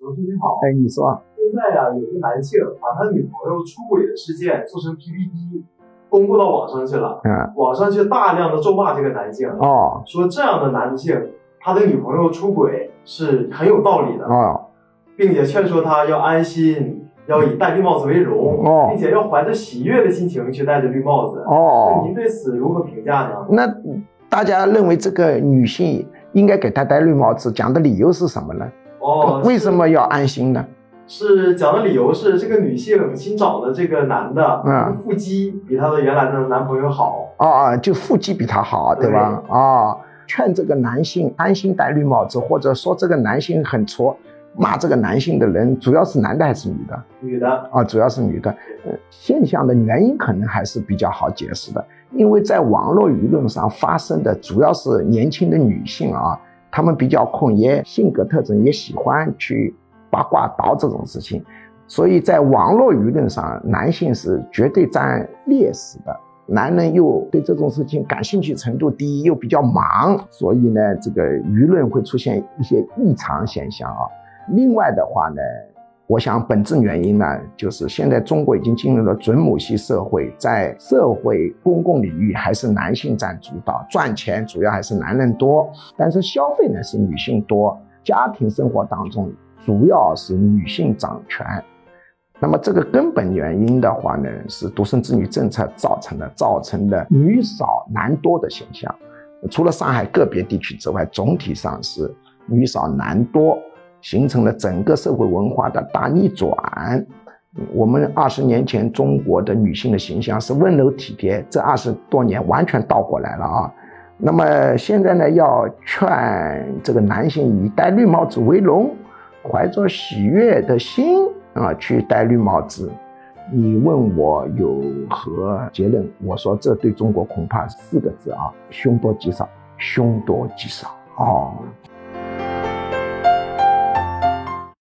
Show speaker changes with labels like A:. A: 同事你好，
B: 哎，你说，
A: 现在呀、有一个男性把他女朋友出轨的事件做成 PPT，公布到网上去了，
B: 嗯，
A: 网上却大量的咒骂这个男性，
B: 哦，
A: 说这样的男性他对女朋友出轨是很有道理的，
B: 哦，
A: 并且劝说他要安心，要以戴绿帽子为荣，
B: 哦
A: 并且要怀着喜悦的心情去戴着绿帽子。那
B: 哦，
A: 您对此如何评价呢？
B: 那大家认为这个女性应该给她戴绿帽子，讲的理由是什么呢？
A: 哦，
B: 为什么要安心呢？
A: 是讲的理由是这个女性新找的这个男的，
B: 嗯
A: 腹肌比她的原来的男朋友好。
B: 哦哦，就腹肌比她好，啊对吧？哦，劝这个男性安心戴绿帽子，或者说这个男性很挫，骂这个男性的人主要是男的还是女的？
A: 女的，
B: 啊，主要是女的。呃，现象的原因可能还是比较好解释的，因为在网络舆论上发生的主要是年轻的女性啊，她们比较控，也性格特征也喜欢去八卦倒这种事情，所以在网络舆论上，男性是绝对占劣势的。男人又对这种事情感兴趣程度低，又比较忙，所以呢，这个舆论会出现一些异常现象啊。另外的话呢，我想本质原因呢，就是现在中国已经进入了准母系社会，在社会公共领域还是男性占主导，赚钱主要还是男人多，但是消费呢是女性多，家庭生活当中主要是女性掌权。那么这个根本原因的话呢，是独生子女政策造成的，造成的女少男多的现象。除了上海个别地区之外，总体上是女少男多，形成了整个社会文化的大逆转。嗯我们二十年前中国的女性的形象是温柔体贴，这二十多年完全倒过来了啊。那么现在呢，要劝这个男性以戴绿帽子为荣，怀着喜悦的心啊去戴绿帽子。你问我有何结论？我说这对中国恐怕四个字啊，凶多吉少，凶多吉少哦。